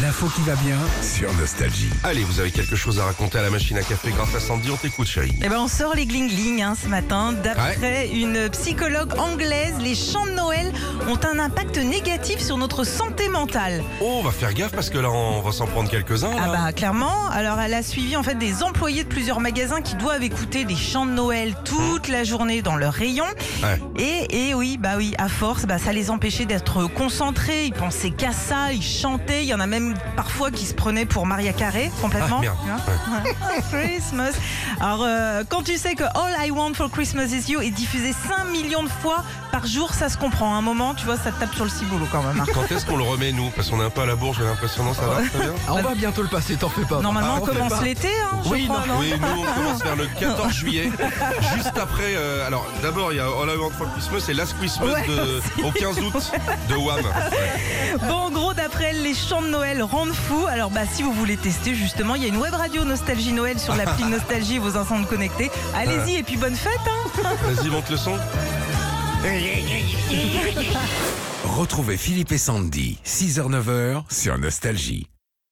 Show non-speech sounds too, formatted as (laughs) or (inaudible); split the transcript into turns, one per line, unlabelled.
l'info qui va bien.
sur Nostalgie.
Allez, vous avez quelque chose à raconter à la machine à café grâce à Sandy, on t'écoute chérie.
Eh ben on sort les gling-gling hein, ce matin. D'après une psychologue anglaise, les chants de Noël ont un impact négatif sur notre santé mentale.
Oh, on va faire gaffe parce que là on va s'en prendre quelques-uns.
Ah
Oh là.
bah clairement. Alors elle a suivi en fait des employés de plusieurs magasins qui doivent écouter des chants de Noël toute la journée dans leur rayon.
Ouais.
Et, et oui, bah oui, à force, bah ça les empêchait d'être concentrés. Ils pensaient qu'à ça, ils chantaient. Il y en a même parfois qui se prenaient pour Maria Carré complètement.
Ah, merde.
Tu vois (laughs) Christmas. Alors, euh, quand tu sais que All I Want for Christmas is You est diffusé 5 millions de fois par jour, ça se comprend. À un moment, tu vois, ça te tape sur le ciboulot quand même. hein.
Quand est-ce qu'on le remet nous Parce qu'on est un peu à la bourre, j'ai l'impression, non ça va très
(laughs)
bien
Ah, On va bientôt le passer, t'en fais pas.
Normalement,
Ah,
on
t'en fais
commence
pas.
l'été, hein, je
Oui,
crois, non
Oui, nous on commence vers le 14 juillet, juste après. euh, alors d'abord il y a All I Want for Christmas et Last Christmas
Ouais, (laughs)
de, au 15 août de Wham. Ouais.
Bon, en gros, d'après elle, les chants de Noël rendent fou. Alors, bah, si vous voulez tester, justement, il y a une web radio Nostalgie Noël sur l'appli Nostalgie et vos enceintes connectées. Allez-y et puis bonne fête. hein.
Vas-y, monte le son.
Retrouvez Philippe et Sandy, 6h-9h sur Nostalgie.